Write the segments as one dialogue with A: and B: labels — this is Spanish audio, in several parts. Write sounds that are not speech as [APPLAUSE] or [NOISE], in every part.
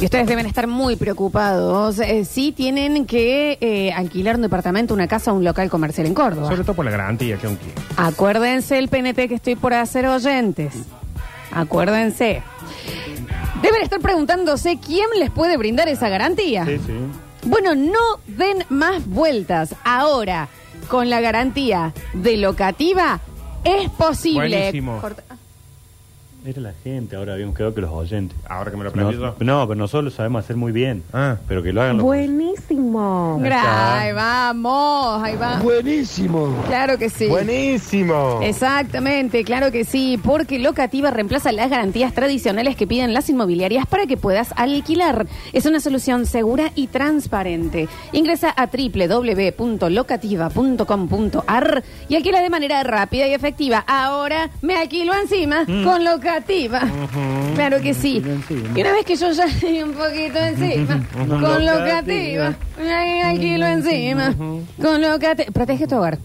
A: Y ustedes deben estar muy preocupados eh, si tienen que eh, alquilar un departamento, una casa o un local comercial en Córdoba.
B: Sobre todo por la garantía que aún quiere.
A: Acuérdense el PNT que estoy por hacer oyentes. Acuérdense. Deben estar preguntándose quién les puede brindar esa garantía.
B: Sí, sí.
A: Bueno, no den más vueltas. Ahora, con la garantía de locativa, es posible.
B: Buenísimo.
A: Corta- ah,
C: Era la gente, ahora habíamos quedado que los oyentes.
B: Ahora que me lo
C: No,
B: aprendí yo.
C: no, pero nosotros lo sabemos hacer muy bien.
B: Ah.
C: Pero que lo hagan los
D: Buenísimo.
A: gra- Ahí vamos, ahí va.
E: Buenísimo.
A: Claro que sí.
E: Buenísimo.
A: Exactamente, claro que sí, porque Locativa reemplaza las garantías tradicionales que piden las inmobiliarias para que puedas alquilar. Es una solución segura y transparente. Ingresa a www.locativa.com.ar y alquila de manera rápida y efectiva. Ahora me alquilo encima con Locativa. Claro que sí. Y una vez que yo ya estoy un poquito encima con Locativa, me alquilo encima con Locativa. Protege tu hogar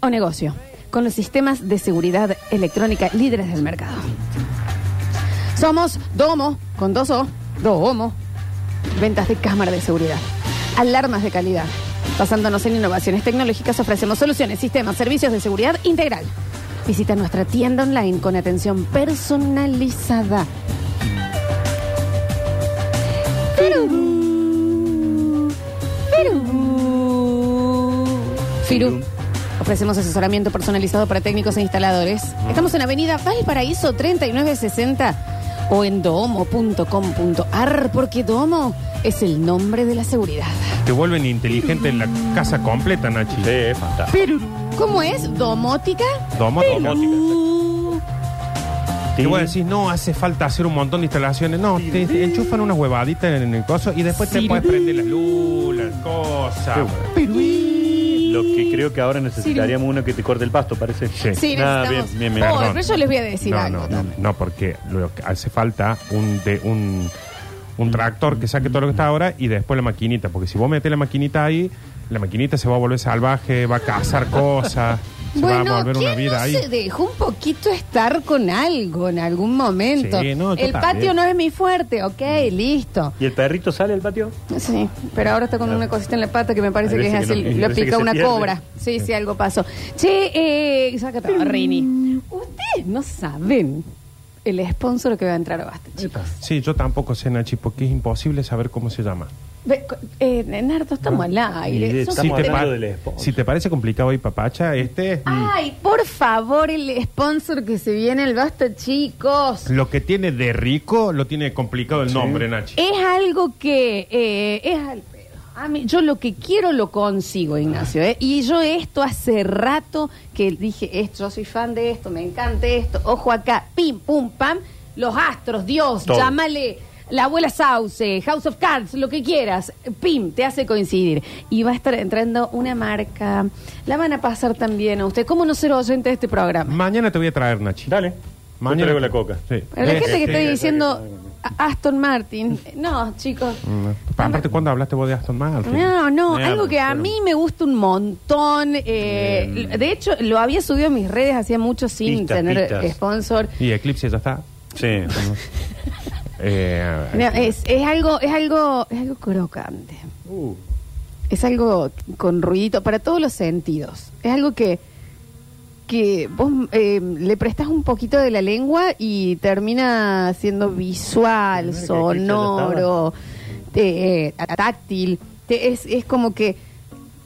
A: o negocio con los sistemas de seguridad electrónica líderes del mercado. Somos Domo, con dos O, Domo, ventas de cámara de seguridad, alarmas de calidad. Basándonos en innovaciones tecnológicas ofrecemos soluciones, sistemas, servicios de seguridad integral. Visita nuestra tienda online con atención personalizada. Firu. Firu. Firu. Ofrecemos asesoramiento personalizado para técnicos e instaladores. Estamos en Avenida Valparaíso 3960 o en domo.com.ar porque Domo es el nombre de la seguridad.
B: Te vuelven inteligente en la casa completa, Nachi.
C: Sí, es fantástico.
A: Pero, ¿cómo es? ¿Domótica?
B: Domo, domótica.
A: Uh,
B: Y vos decís, no, hace falta hacer un montón de instalaciones. No, te, te enchufan unas huevaditas en, el coso y después te puedes prender las luces, las cosas.
C: Sí, bueno. Lo que creo que ahora necesitaríamos uno que te corte el pasto, parece.
B: Sí.
A: Sí,
C: Ah,
A: necesitamos.
C: bien, bien, bien,
A: Oh,
C: perdón.
A: pero yo les voy a decir
B: no,
A: algo.
B: no, no,
A: también.
B: no, porque lo que hace falta un, de, un, un tractor que saque todo lo que está ahora y después la maquinita. Porque si vos metes la maquinita ahí, la maquinita se va a volver salvaje, va a cazar cosas, se va a
A: Bueno,
B: volver una
A: ¿quién
B: vida
A: no
B: ahí.
A: se dejó un poquito estar con algo en algún momento?
B: Sí, no, yo
A: el
B: también.
A: patio no es mi fuerte, ok, listo.
C: ¿Y el perrito sale al patio?
A: Sí, pero ahora está con una cosita en la pata que me parece
C: Hay
A: que es
C: veces
A: así,
C: que no, hay
A: lo
C: veces
A: pica
C: que se
A: una
C: pierde.
A: cobra. Sí, sí, algo pasó. Che, eh, saca todo, Rini. Ustedes no saben el sponsor que va a entrar a Basta, chicos.
B: Sí, yo tampoco sé, Nachi, porque es imposible saber cómo se llama.
A: Ve, co- eh, Nardo, estamos al aire.
C: Ni
A: Sos
C: idea,
B: Si Ah,
C: Estamos
B: te,
A: ustedes-
C: hablando
B: pa-
C: del sponsor.
B: si te parece complicado y papacha, este es
A: Ay, por favor, el sponsor que se viene al Basta, chicos.
B: lo que tiene de rico, lo tiene complicado el nombre, Nachi.
A: Es algo que eh, es al pedo. A mí, yo lo que quiero lo consigo, Ignacio. ¿eh? Y yo esto hace rato que dije, esto, yo soy fan de esto, me encanta esto, ojo acá, pim, pum, pam, los astros, Dios,
C: Todo.
A: llámale la abuela Sauce, House of Cards, lo que quieras, pim, te hace coincidir. Y va a estar entrando una marca, la van a pasar también a usted. ¿Cómo no ser oyente de este programa?
B: Mañana te voy a traer, Nachi.
C: Dale. Yo traigo la coca.
B: Sí.
A: Para la
B: Eh,
A: gente que está
C: sí,
A: diciendo "A- Aston Martin, no, chicos.
C: Mm,
B: Pa- mm, aparte, ¿cuándo hablaste vos de Aston Martin?
A: No, no,
C: Mira,
A: algo que a
C: fueron-
A: mí me gusta un montón. eh, l- de hecho, lo había subido a mis redes hacía mucho sin
C: Pistas,
A: tener
C: pistas.
A: sponsor.
B: Y Eclipse ya está. [LAUGHS]
C: Sí.
B: Eh,
A: No, es, es algo, es algo, es algo crocante.
C: Uh,
A: Es algo con ruidito para todos los sentidos. Es algo que que vos eh, le prestas un poquito de la lengua y termina siendo visual,
C: Mira que
A: sonoro, te- eh, táctil. Te- es, es como que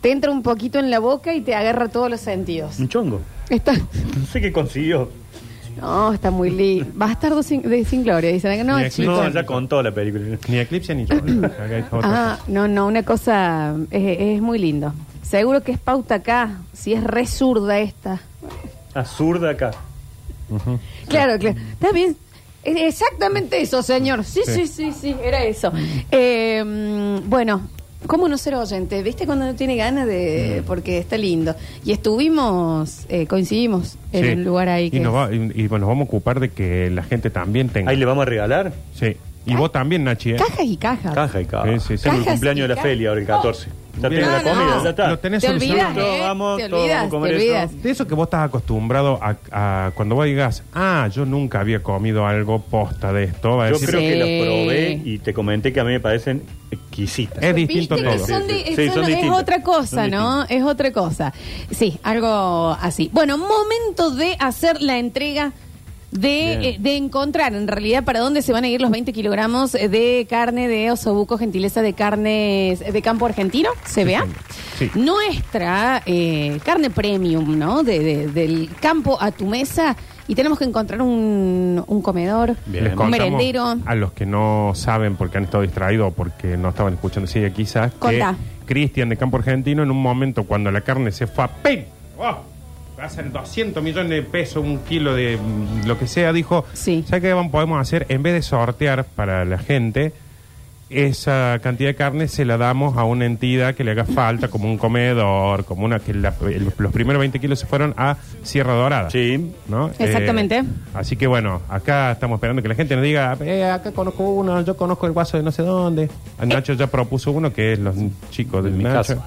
A: te entra un poquito en la boca y te agarra todos los sentidos.
C: un chongo.
A: Está,
C: No sé qué consiguió.
A: no, está muy lindo. Bastardo sin, de, sin gloria, dicen. acá. No,
B: Ni aquí,
A: chicos.
C: No, ya contó la película.
B: Ni
A: [COUGHS]
B: Eclipse ni yo. Acá hay otra
A: Ah,
B: cosa.
A: no, no, una cosa eh, es muy lindo. Seguro que es pauta acá, si es re zurda esta.
C: Ah, zurda acá.
A: Claro, claro. Está bien. Es exactamente eso, señor. Sí, sí, sí,
B: Sí.
A: sí, era eso. Eh, mm, bueno, ¿cómo no ser oyente? ¿Viste cuando no tiene ganas
B: Mm.
A: de...? Porque está lindo. Y estuvimos, eh, coincidimos en
B: Sí.
A: un lugar ahí que...
B: Y, nos
A: es-
B: va- y- y nos vamos a ocupar de que la gente también tenga.
C: Ahí le vamos a regalar
B: Sí. Y vos también, Nachi. ¿eh?
A: Cajas y cajas.
C: caja y caja.
A: Ah.
B: Sí, sí, sí.
C: Tengo el
A: Cajas
C: cumpleaños
A: y
C: de la
A: cajas.
C: Felia ahora el 14. Ya
B: Bien.
C: tengo la
A: No, no.
C: comida, ya está.
B: Lo tenés
A: Te
B: solucionado.
A: olvidas,
C: Todos
A: ¿eh?
C: vamos,
A: te
C: todos
A: olvidas,
C: vamos a
A: te
C: comer
A: olvidas.
C: esto.
B: De eso que vos estás acostumbrado a, a cuando vos digas, ah, yo nunca había comido algo posta de esto, va a
C: Yo
B: decir,
C: creo que
A: Sí.
C: las probé y te comenté que a mí me parecen exquisitas.
B: es distinto
A: Viste que
B: todo.
A: son de-
C: Sí,
A: son-
C: son
A: es
C: distintas.
A: otra cosa,
C: Son
A: ¿no? Es otra cosa. Sí, algo así. Bueno, momento de hacer la entrega. De,
C: Bien.
A: eh, de encontrar en realidad para dónde se van a ir los 20 kilogramos eh, de carne de osobuco, gentileza de carnes eh, de campo argentino, se vea.
B: señor. Sí.
A: Nuestra eh, carne premium, ¿no? De, de- del campo a tu mesa y tenemos que encontrar un, un comedor,
C: Bien.
B: Les
A: un
B: contamos
A: merendero.
B: a los que no saben porque han estado distraídos o porque no estaban escuchando sigue quizás que
A: Contá.
B: Cristian de Campo Argentino en un momento cuando la carne se fue a ¡pim! ¡Oh! Va a ser 200 millones de pesos, un kilo de mm, lo que sea, dijo.
A: Sí.
B: ¿Sabes qué vamos- podemos hacer? En vez de sortear para la gente, esa cantidad de carne se la damos a una entidad que le haga falta, como un comedor, como una que la- el- los primeros 20 kilos se fueron a Sierra Dorada.
C: Sí.
B: ¿no?
A: Exactamente.
B: Eh, así que bueno, acá estamos esperando que la gente nos diga, "Eh, acá conozco uno, yo conozco el guaso de no sé dónde.
A: Eh.
B: A Nacho ya propuso uno que es los chicos del
C: mi
B: Nacho.
C: caso.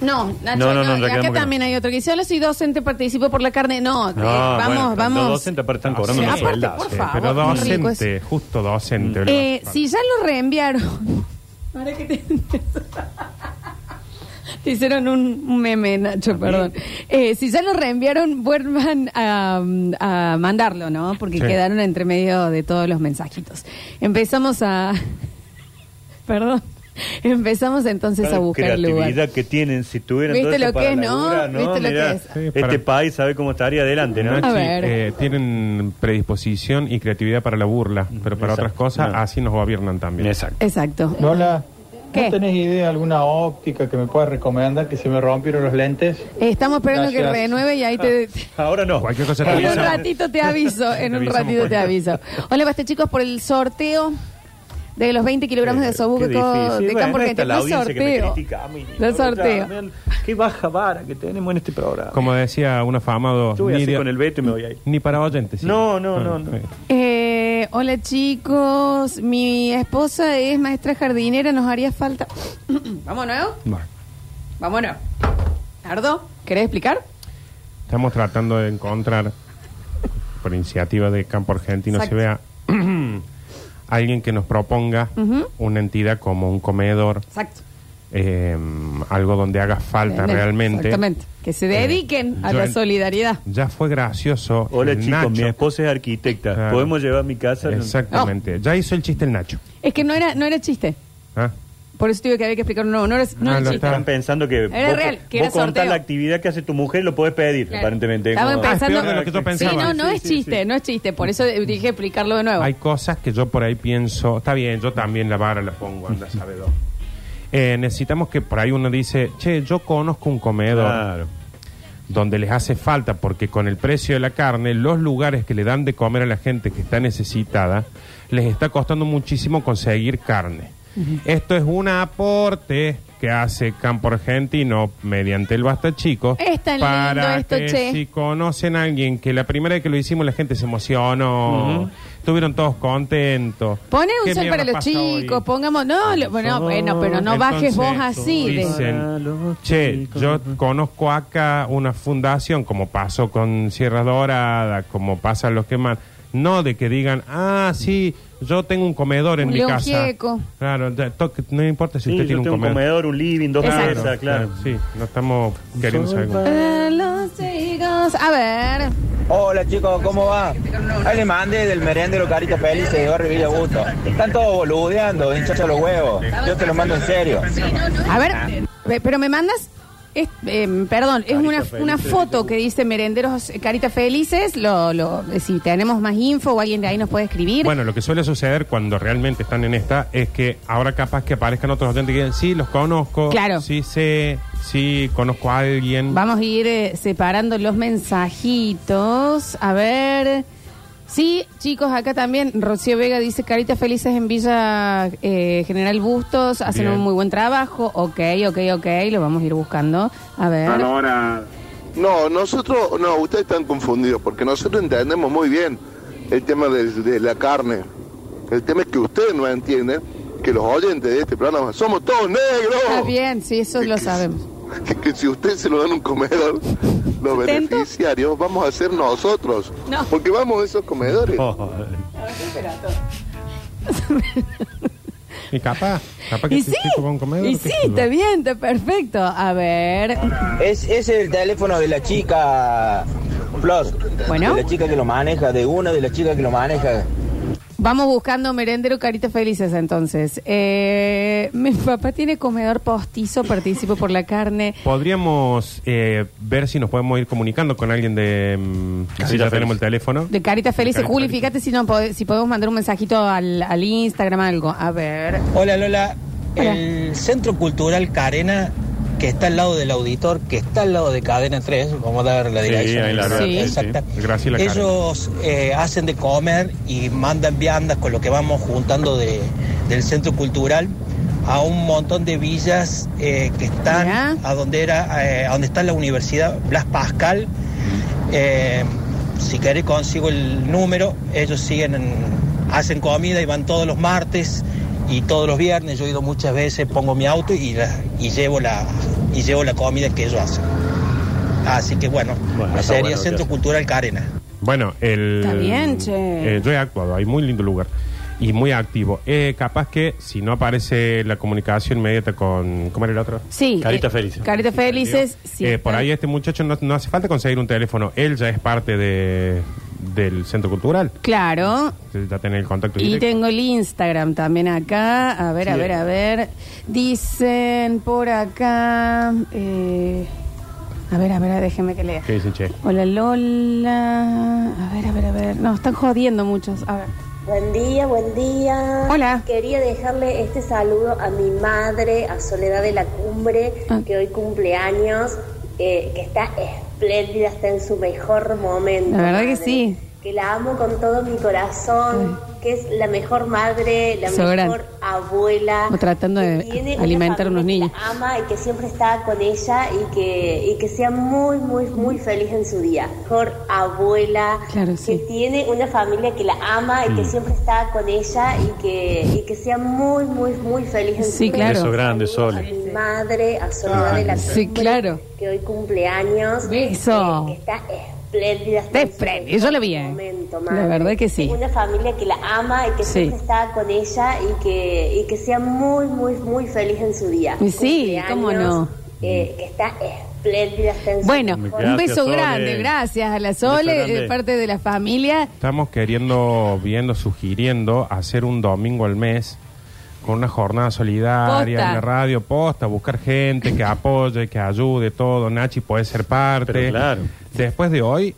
A: No, Nacho,
C: No,
A: no, y
C: no, no,
A: acá
C: reclamamos que
A: también hay otro que dice, hola, soy docente, participo por la carne. No, eh, vamos,
C: bueno, los
A: vamos.
C: docentes aparte están cobrando
A: Sí,
C: unos
A: aparte,
C: sueldos.
A: por
B: Eh,
A: favor,
B: pero
A: qué rico
B: docente, justo docente.
A: Eh,
B: ¿verdad?
A: si ya lo reenviaron, ahora que te... Te hicieron un, un meme, Nacho, perdón. Eh, si ya lo reenviaron, vuelvan a, um, a mandarlo, ¿no? Porque
B: Sí.
A: quedaron entre medio de todos los mensajitos. Empezamos a... [LAUGHS] Perdón. Empezamos entonces
C: La
A: a buscar el
C: creatividad
A: lugar.
C: que tienen si tuvieran
A: ¿Viste
C: todo eso
A: lo
C: para
A: que es, no?
C: laburar,
A: ¿Viste lo que
C: Mirá,
A: es?
B: Sí,
C: este
B: para-
C: país sabe cómo estaría adelante no
A: A
B: Nachi,
A: ver.
B: eh, tienen predisposición y creatividad para la burla, pero para
C: Mm, Exacto.
B: otras cosas
C: No.
B: así nos gobiernan también.
C: exacto
A: Exacto.
D: Lola,
A: ¿Qué?
D: ¿no tenés idea de alguna óptica que me puedas recomendar que se me rompieron los lentes?
A: Eh, Estamos esperando que
D: Gracias.
A: renueve y ahí te...
C: ahora no
B: Cualquier cosa te
A: En un
B: avisamos.
A: ratito te aviso, en un
B: avisamos
A: ratito te
B: cualquier-
A: aviso. Hola, basta chicos por el sorteo de los 20 kilogramos de
C: Eh,
A: sobuco
C: qué
A: de
C: difícil. Bueno,
A: campo
C: ahí
A: argentino.
C: está la
A: No es
C: audiencia que me
A: sorteo.
C: critica a mí.
A: No es sorteo.
C: Vean, Qué baja vara que tenemos en este programa.
B: Como decía un afamado,
C: Yo voy
B: ni,
C: así
B: de-
C: con el Beto y me voy ahí.
B: ni para oyentes. sí.
C: No, no, no,
B: Ah,
C: no.
B: eh.
A: Eh, hola chicos, mi esposa es maestra jardinera, nos haría falta. [CLEARS THROAT] ¿Vamos nuevo?
B: Bueno,
A: ¿Vamos nuevo? Nardo, ¿querés explicar?
B: estamos tratando de encontrar, por iniciativa de Campo Argentino,
A: Exacto.
B: se vea [CLEARS THROAT] alguien que nos proponga
A: Ujú.
B: una entidad como un comedor,
A: Exacto.
B: eh, algo donde haga falta realmente.
A: Exactamente. Que se
C: Eh,
A: dediquen a
B: yo
A: la
B: en-
A: solidaridad.
B: Ya fue gracioso.
C: Hola
B: el
C: chicos,
B: Nacho.
C: mi esposa es arquitecta.
B: Claro.
C: ¿Podemos llevar a mi casa?
B: Exactamente. Ya hizo el chiste el Nacho.
A: Es que no era, no era chiste.
B: ¿Ah?
A: Por eso te digo que había que explicar no, no era, no era
B: Ah, lo
A: chiste.
B: está-
C: Están pensando que
A: Era
C: vos,
A: real, que
C: vos
A: era
C: contás
A: sorteo.
C: la actividad que hace tu mujer, lo podés pedir,
A: Claro.
C: aparentemente.
A: Estaban
C: Como-
A: pensando-
B: Ah, es peor de lo que yo
A: Sí,
B: pensaba.
A: no, no
C: Sí,
A: es
C: sí,
A: chiste,
C: sí.
A: no es chiste. Por eso eh, dije explicarlo de nuevo.
B: Hay cosas que yo por ahí pienso, está bien, yo también la vara la pongo, anda,
A: [LAUGHS]
B: sabe dos. Eh, necesitamos que por ahí uno dice, che, yo conozco un comedor
C: Claro.
B: donde les hace falta, porque con el precio de la carne, los lugares que le dan de comer a la gente que está necesitada, les está costando muchísimo conseguir carne. Esto es un aporte que hace Campo Argentino mediante el Basta Chico
A: Es tan lindo
B: para
A: esto,
B: que
A: che.
B: si conocen a alguien que la primera vez que lo hicimos la gente se emocionó, estuvieron todos contentos.
A: Poner
B: ¿Qué
A: un sol
B: mierda
A: para los
B: pasa hoy?
A: chicos, pongamos. No, lo- bueno, bueno, pero no bajes
B: Entonces,
A: vos así. de-
B: Dicen, che, yo conozco acá una fundación, como pasó con Sierra Dorada, como pasan los que más. No de que digan, ah, sí, yo tengo un comedor en
A: Un
B: mi
A: león
B: casa.
A: gieco.
B: Claro, ya, to- no importa si
C: Sí,
B: usted
C: yo
B: tiene un
C: tengo un
B: comedor.
C: comedor, un living, dos
A: Exacto.
C: mesas, claro.
B: Sí, no estamos queriendo saber. cómo.
A: Eh, los chicos. A ver.
F: Hola chicos, ¿cómo va? Ahí le mandé del merendero Carita Feliz de Gorri Villa Gusto. Están todos boludeando, hinchacho los huevos. Yo te lo mando en serio.
A: A ver. pe- Pero me mandas. es- eh, perdón, es una,
C: Felices,
A: una
C: Ah. Carita eh,
A: foto que dice Merenderos eh, Caritas Felices. Lo, lo, eh, si tenemos más info o alguien de ahí nos puede escribir.
B: Bueno, lo que suele suceder cuando realmente están en esta es que ahora capaz que aparezcan otros oyentes que digan, sí, los conozco,
A: Claro.
B: sí sé, sí conozco a alguien.
A: Vamos a ir eh, separando los mensajitos. A ver. Sí, chicos, acá también Rocío Vega dice caritas felices en Villa eh, General Bustos, hacen
B: Bien.
A: un muy buen trabajo. Ok, ok, ok, lo vamos a ir buscando. A ver.
B: Ah,
G: No, nosotros, no, ustedes están confundidos, porque nosotros entendemos muy bien el tema del- de, la carne. El tema es que ustedes no entienden que los oyentes de este programa somos todos negros.
A: Está bien, sí, eso lo
G: Que-
A: sabemos.
G: [LAUGHS] Que, que si usted se lo dan un comedor, los
A: ¿Atento?
G: beneficiarios vamos a ser nosotros.
A: No.
G: Porque vamos a esos comedores.
B: Y capaz, capaz que
A: Y
B: si
A: sí,
B: usted va a un comedor,
A: y
B: qué
A: sí,
B: sé yo.
A: está bien, está perfecto. A ver,
F: Es, es el teléfono de la chica Plus.
A: Bueno.
F: De la chica que lo maneja, de una de las chicas que lo maneja.
A: vamos buscando merendero caritas felices entonces. Eh, mi papá tiene comedor postizo, participo por la carne.
B: Podríamos eh, ver si nos podemos ir comunicando con alguien de. mm, si ya
C: Feliz.
B: tenemos el teléfono.
A: De caritas felices,
B: Caritas
A: Juli,
B: Felices.
A: fíjate si, no pode- si podemos mandar un mensajito al, al Instagram algo. A ver,
H: Hola Lola,
A: Hola.
H: Ah, el Centro Cultural Carena, que está al lado del auditor, que está al lado de Cadena 3, vamos a dar la
C: Sí,
H: dirección.
C: ahí la
A: verdad, Sí. sí,
H: Exacta.
B: sí. Graciela Carena.
H: Ellos eh, hacen de comer y mandan viandas con lo que vamos juntando de- del Centro Cultural a un montón de villas eh, que están
A: Mirá.
H: a donde era eh, a donde está la Universidad Blas Pascal. Eh, si querés consigo el número, ellos siguen, en- hacen comida y van todos los martes y todos los viernes. Yo he ido muchas veces, pongo mi auto y, la- y llevo, la, y llevo la comida que ellos hacen. Así que bueno,
C: Bueno, está
H: sería
C: bueno,
H: Centro
C: gracias.
H: Cultural Carena.
B: Bueno, el.
A: Está bien, che.
B: eh, yo he actuado, hay muy lindo lugar. Y muy activo. Eh, capaz que si no aparece la comunicación inmediata con. ¿Cómo era el otro?
A: sí.
C: Caritas
A: eh,
C: felices.
A: Caritas felices, sí.
B: Eh, por ahí este muchacho no, no hace falta conseguir un teléfono. Él ya es parte de, del centro cultural.
A: Claro.
B: Ya tiene el contacto
A: Y
B: directo.
A: tengo el Instagram también acá. A ver, a
C: Sí.
A: ver, a ver. Dicen por acá. eh, a ver, a ver, déjeme que lea.
B: ¿Qué dice, che?
A: Hola Lola. A ver, a ver, a ver. No, están jodiendo muchos. A ver.
I: Buen día, buen día.
A: Hola.
I: Quería dejarle este saludo a mi madre, a Soledad de la Cumbre,
A: Ah.
I: que hoy cumpleaños, eh, que está espléndida, está en su mejor momento.
A: La verdad que sí.
I: Que la amo con todo mi corazón, que es la mejor madre, la
A: Soberana.
I: mejor abuela.
A: O tratando
I: que
A: de
I: tiene una
A: alimentar a unos
I: familia
A: niños.
I: que la ama y que siempre está con ella y que, y que sea muy, muy, muy feliz en su día. Mejor abuela,
A: Claro, sí.
I: que tiene una familia que la ama y que
C: Mm.
I: siempre está con ella y que, y que sea muy, muy, muy feliz en
A: Sí,
I: su
A: claro.
I: vida.
C: Beso grande,
I: Saludos
C: Sole.
I: A mi madre, a Soledad de la
A: Sí,
I: Cumbre,
A: claro.
I: Que hoy cumpleaños.
A: Beso.
I: Que está espléndida.
A: Está espléndida, yo la vi, eh. La verdad que sí.
I: este Una familia que la ama y que
A: Sí.
I: siempre está con ella y que, y que sea muy, muy, muy feliz en su día.
A: Y sí,
I: Cumpleaños,
A: cómo no.
I: eh, que está espléndida. está en su
A: Bueno,
I: mejor
A: un
C: Gracias,
A: beso
C: Sole.
A: grande. Gracias a la Sole,
C: Beso grande.
A: de parte de la familia.
B: Estamos queriendo, viendo, sugiriendo hacer un domingo al mes con una jornada solidaria
A: Posta.
B: en la radio posta, buscar gente que apoye, que ayude, todo. Nachi puede ser parte.
C: Pero claro.
B: Después de hoy,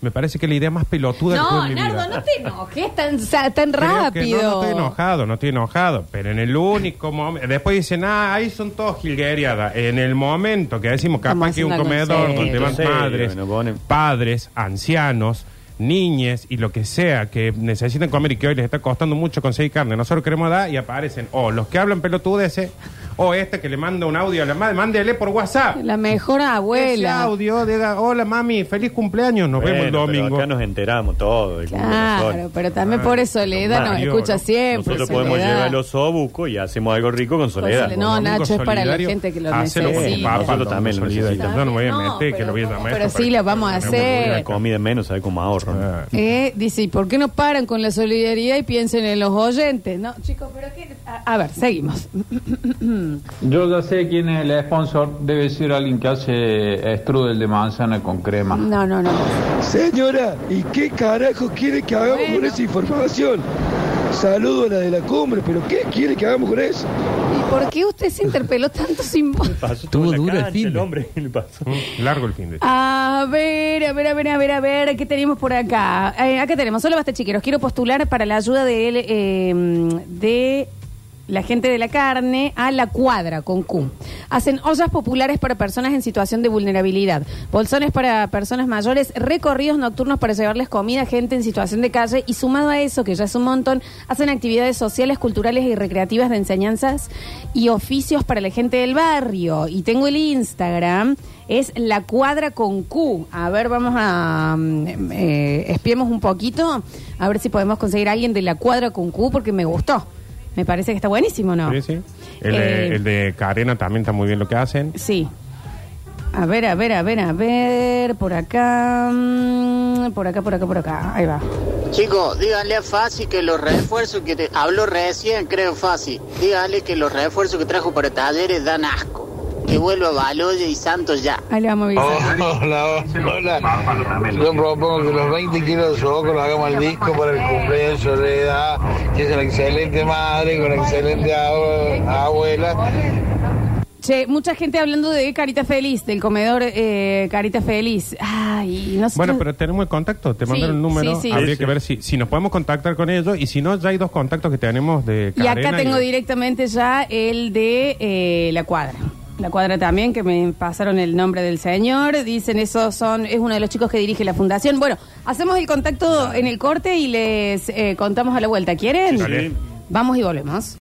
B: me parece que la idea más pelotuda que tuve
A: No,
B: en mi vida.
A: Nardo, no te enojes tan, sa- tan
B: Creo que
A: rápido.
B: No, no estoy enojado, no estoy enojado. Pero en el único momento. Después dicen, ah, ahí son todos jilgueriadas. En el momento que decimos,
A: Estamos
B: capaz que un
A: haciendo algo en
B: comedor
A: serio.
B: donde van
C: En serio,
B: madres,
C: no ponen-
B: padres, ancianos, niñes y lo que sea que necesiten comer y que hoy les está costando mucho conseguir carne. Nosotros queremos dar y aparecen o los que hablan pelotudeces o este que le manda un audio a la madre, mándele por WhatsApp.
A: La mejor
B: Ese
A: abuela.
B: audio, diga, hola mami, feliz cumpleaños, nos vemos el
C: Bueno, pero
B: domingo.
C: acá nos enteramos todo. del cumpleaños de
A: Claro,
C: Sole.
A: pero también por eso Soledad nos
B: Mario,
A: escucha
B: ¿no?
A: siempre.
C: Ah, Nosotros podemos
A: Soledad.
C: llevar los obucos y hacemos algo rico con soledad.
A: Sole- No,
B: Un domingo
A: Nacho, es para la
B: solidario,
A: gente que lo
B: hacelo con
A: necesita.
B: papá,
C: Nosotros
B: lo
C: también lo
B: solidario.
C: necesitamos.
B: Yo no me voy a
A: No,
B: meter, que
A: pero
B: lo voy a
A: no,
B: llamar.
A: pero sí la vamos a hacer.
C: La comida menos, ¿sabes cómo ahorro? no?
A: Eh, dice, ¿y por qué no paran con la solidaridad y piensen en los oyentes? No, chicos, pero qué... A, a ver, seguimos.
D: Yo ya sé quién es el sponsor. Debe ser alguien que hace strudel de manzana con crema.
A: No, no, no.
E: Señora, ¿y qué carajo quiere que hagamos con
A: Bueno.
E: esa información? Saludo a la de la cumbre, pero ¿qué quiere que hagamos con eso?
A: ¿Y por qué usted se interpeló tanto sin voz?
C: Pasó
J: Tuvo
C: toda la
J: duro el
C: cancha,
J: fin.
C: El hombre [LAUGHS] le pasó.
B: Mm, Largo el fin de
A: A ver, a ver, a ver, a ver, a ver, ¿qué tenemos por acá? Eh, acá tenemos, solo basta chiqueros, quiero postular para la ayuda de, él, eh, de la gente de la carne a la cuadra con Q. Hacen ollas populares para personas en situación de vulnerabilidad, bolsones para personas mayores, recorridos nocturnos para llevarles comida, gente en situación de calle y sumado a eso, que ya es un montón, hacen actividades sociales, culturales y recreativas de enseñanzas y oficios para la gente del barrio. Y tengo el Instagram, es la cuadra con Q. A ver, vamos a mm, eh, espiemos un poquito, a ver si podemos conseguir a alguien de la cuadra con Q porque me gustó. Me parece que está buenísimo, ¿no?
B: Sí, sí. El, de,
A: Eh,
B: el de Carena también está muy bien lo que hacen.
A: Sí. A ver, a ver, a ver, a ver. Por acá. mm, Por acá, por acá, por acá. Ahí va.
G: Chicos, díganle a Fasi que los refuerzos que te... habló recién, creo Fasi, díganle que los refuerzos que trajo para talleres dan asco. Que vuelva Baloye y Santos ya.
A: Ahí le vamos a
H: Oh.
A: avisar.
H: Hola, hola. Yo propongo que los 20 kilos de soco lo hagamos al disco para el cumpleaños de Soledad, que es una excelente madre, con una excelente ab- abuela.
A: Che, mucha gente hablando de Carita Feliz, del comedor eh, Carita Feliz. Ay, no sé.
B: Bueno, pero tenemos el contacto, te
A: Sí,
B: mandaron un número.
A: sí, sí.
B: Habría
C: Sí,
B: que
C: sí.
B: ver si, si nos podemos contactar con ellos y si no, ya hay dos contactos que tenemos de
A: Y
B: Carena.
A: acá tengo directamente ya el de eh, la cuadra. La cuadra también, que me pasaron el nombre del señor. Dicen, esos son, es uno de los chicos que dirige la fundación. Bueno, hacemos el contacto en el corte y les eh, contamos a la vuelta. ¿Quieren?
B: Sí, sí.
A: Vamos y volvemos.